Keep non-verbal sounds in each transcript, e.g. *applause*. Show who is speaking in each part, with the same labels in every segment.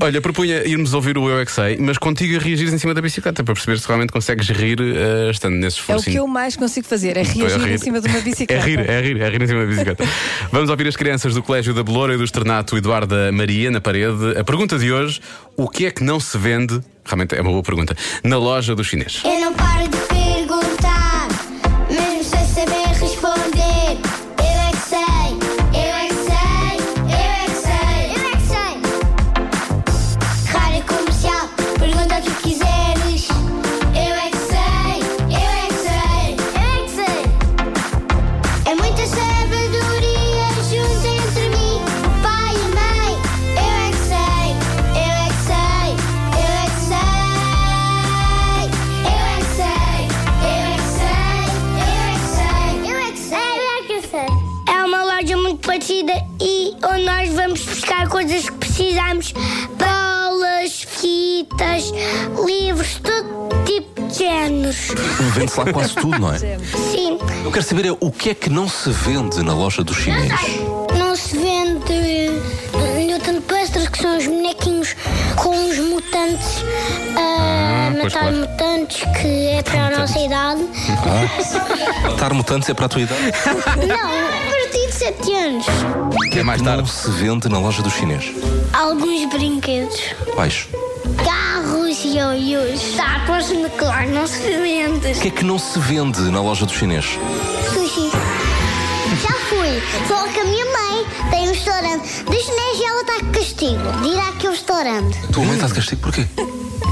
Speaker 1: Olha, propunha irmos ouvir o Eu é que Sei, mas contigo a reagir em cima da bicicleta para perceber se realmente consegues rir eh, estando nesse
Speaker 2: É o
Speaker 1: esforço.
Speaker 2: que eu mais consigo fazer, é
Speaker 1: Estou a
Speaker 2: reagir
Speaker 1: rir.
Speaker 2: em cima de
Speaker 1: *laughs*
Speaker 2: uma
Speaker 1: É
Speaker 2: bicicleta.
Speaker 1: rir, é rir, é rir em cima da
Speaker 2: *laughs*
Speaker 1: bicicleta. Vamos ouvir as crianças do Colégio da Beloura e do Externato Eduarda Maria na parede. A pergunta de hoje: o que é que não se vende? Realmente é uma boa pergunta. Na loja do chinês.
Speaker 3: Eu não paro de perguntar, mesmo sem saber responder. Eu é que sei, eu é que sei, eu é que sei, eu é que sei. Rádio comercial, pergunta o que quiseres. Eu é que sei, eu é que sei, eu é que sei. É muita sabedoria junto entre mim, o pai e a mãe. Eu é que sei, eu é que sei, eu é que sei. Eu é que sei, eu é que sei, eu é que sei, eu é que sei. É uma loja muito parecida e onde nós vamos buscar coisas que precisamos: bolas, fitas, livros, todo tipo de géneros.
Speaker 4: Um Vende-se lá quase tudo, não é?
Speaker 3: Sim,
Speaker 4: Eu quero saber é o que é que não se vende na loja do chinês.
Speaker 3: não se vende eh, Newton-Pestras, que são os bonequinhos com os mutantes.
Speaker 1: Ah,
Speaker 3: a
Speaker 1: pois
Speaker 3: matar
Speaker 1: claro.
Speaker 3: mutantes, que é para a nossa idade.
Speaker 4: Matar mutantes é para a tua idade.
Speaker 3: Não, a partir de 7 anos.
Speaker 4: O que é
Speaker 1: mais
Speaker 4: que
Speaker 1: tarde.
Speaker 4: não se vende na loja do chinês?
Speaker 3: Alguns brinquedos.
Speaker 4: Pais.
Speaker 3: Carros, ioiôs, sacos, claro, não se vende.
Speaker 4: O que é que não se vende na loja do chinês?
Speaker 3: Sushi. Já fui. Só que a minha mãe tem um restaurante de chinês e ela está de castigo de ir àquele um restaurante.
Speaker 4: Tua mãe está de castigo porquê?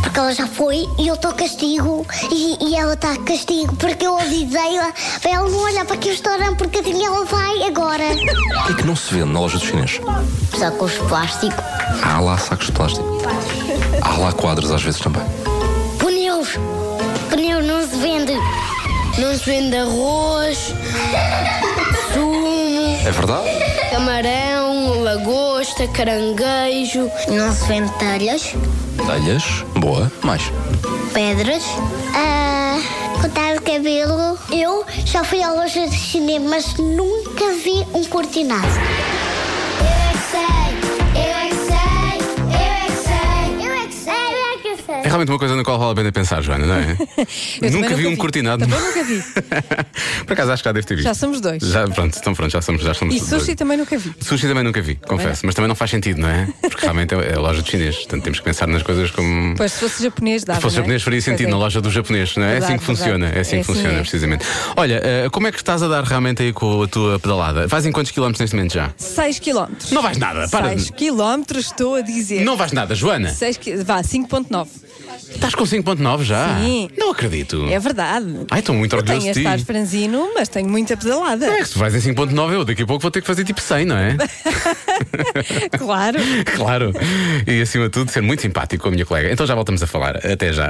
Speaker 3: Porque ela já foi e eu estou castigo e, e ela está de castigo porque eu avisei-la para ela não olhar para aquele restaurante porque assim ela vai
Speaker 5: *laughs*
Speaker 3: agora.
Speaker 4: O que é que não se vende na loja do chinês?
Speaker 3: Sacos de plástico,
Speaker 4: Há lá sacos de plástico. Há lá quadros às vezes também.
Speaker 3: pneus. Pneu não se vende.
Speaker 5: Não se vende arroz, sumo,
Speaker 4: É verdade?
Speaker 5: camarão, lagosta, caranguejo.
Speaker 3: Não se vende talhas.
Speaker 4: Telhas. Boa. Mais.
Speaker 3: pedras. Ah, cortar o cabelo. Eu já fui à loja de cinema, mas nunca vi um cortinado. Eu é que sei, eu é que sei, eu é que sei, eu é que sei, eu é que sei.
Speaker 1: É realmente uma coisa na qual vale a pena pensar, Joana, não é?
Speaker 2: *laughs* Eu também
Speaker 1: nunca vi um cortinado.
Speaker 2: Também nunca vi.
Speaker 1: *laughs* Por acaso acho que já deve ter visto.
Speaker 2: Já somos dois.
Speaker 1: Já, pronto, então pronto, já somos, já somos
Speaker 2: E
Speaker 1: dois.
Speaker 2: sushi também nunca vi.
Speaker 1: Sushi também nunca vi, confesso. Mas também não faz sentido, não é? Porque realmente é é a loja de chinês. Portanto, temos que pensar nas coisas como.
Speaker 2: Pois se fosse japonês dava.
Speaker 1: Se fosse
Speaker 2: não é?
Speaker 1: japonês, faria
Speaker 2: Pois
Speaker 1: sentido
Speaker 2: é.
Speaker 1: na loja do japonês, não é? é assim que
Speaker 2: Verdade,
Speaker 1: funciona,
Speaker 2: verdade.
Speaker 1: é assim
Speaker 2: É
Speaker 1: que
Speaker 2: assim
Speaker 1: funciona,
Speaker 2: mesmo.
Speaker 1: precisamente. Olha, eh, como é que estás a dar realmente aí com a tua pedalada? Fazem quantos quilómetros neste momento já?
Speaker 2: 6 quilómetros.
Speaker 1: Não vais nada, para.
Speaker 2: 6 quilómetros, estou a dizer.
Speaker 1: Não vais nada, Joana.
Speaker 2: Seis qui- Vá, 5.9.
Speaker 1: Estás com 5.9 já?
Speaker 2: Sim.
Speaker 1: Não acredito.
Speaker 2: É verdade.
Speaker 1: Ai, estou muito
Speaker 2: Eu
Speaker 1: orgulhoso
Speaker 2: Tenho
Speaker 1: de ti.
Speaker 2: estar franzino, mas tenho muita pedalada.
Speaker 1: É, se tu vais em 5.9 eu daqui a pouco vou ter que fazer tipo 100, não
Speaker 2: *laughs*
Speaker 1: é?
Speaker 2: claro. *laughs*
Speaker 1: claro. E acima de tudo ser muito simpático com a minha colega. Então já voltamos a falar. Até já.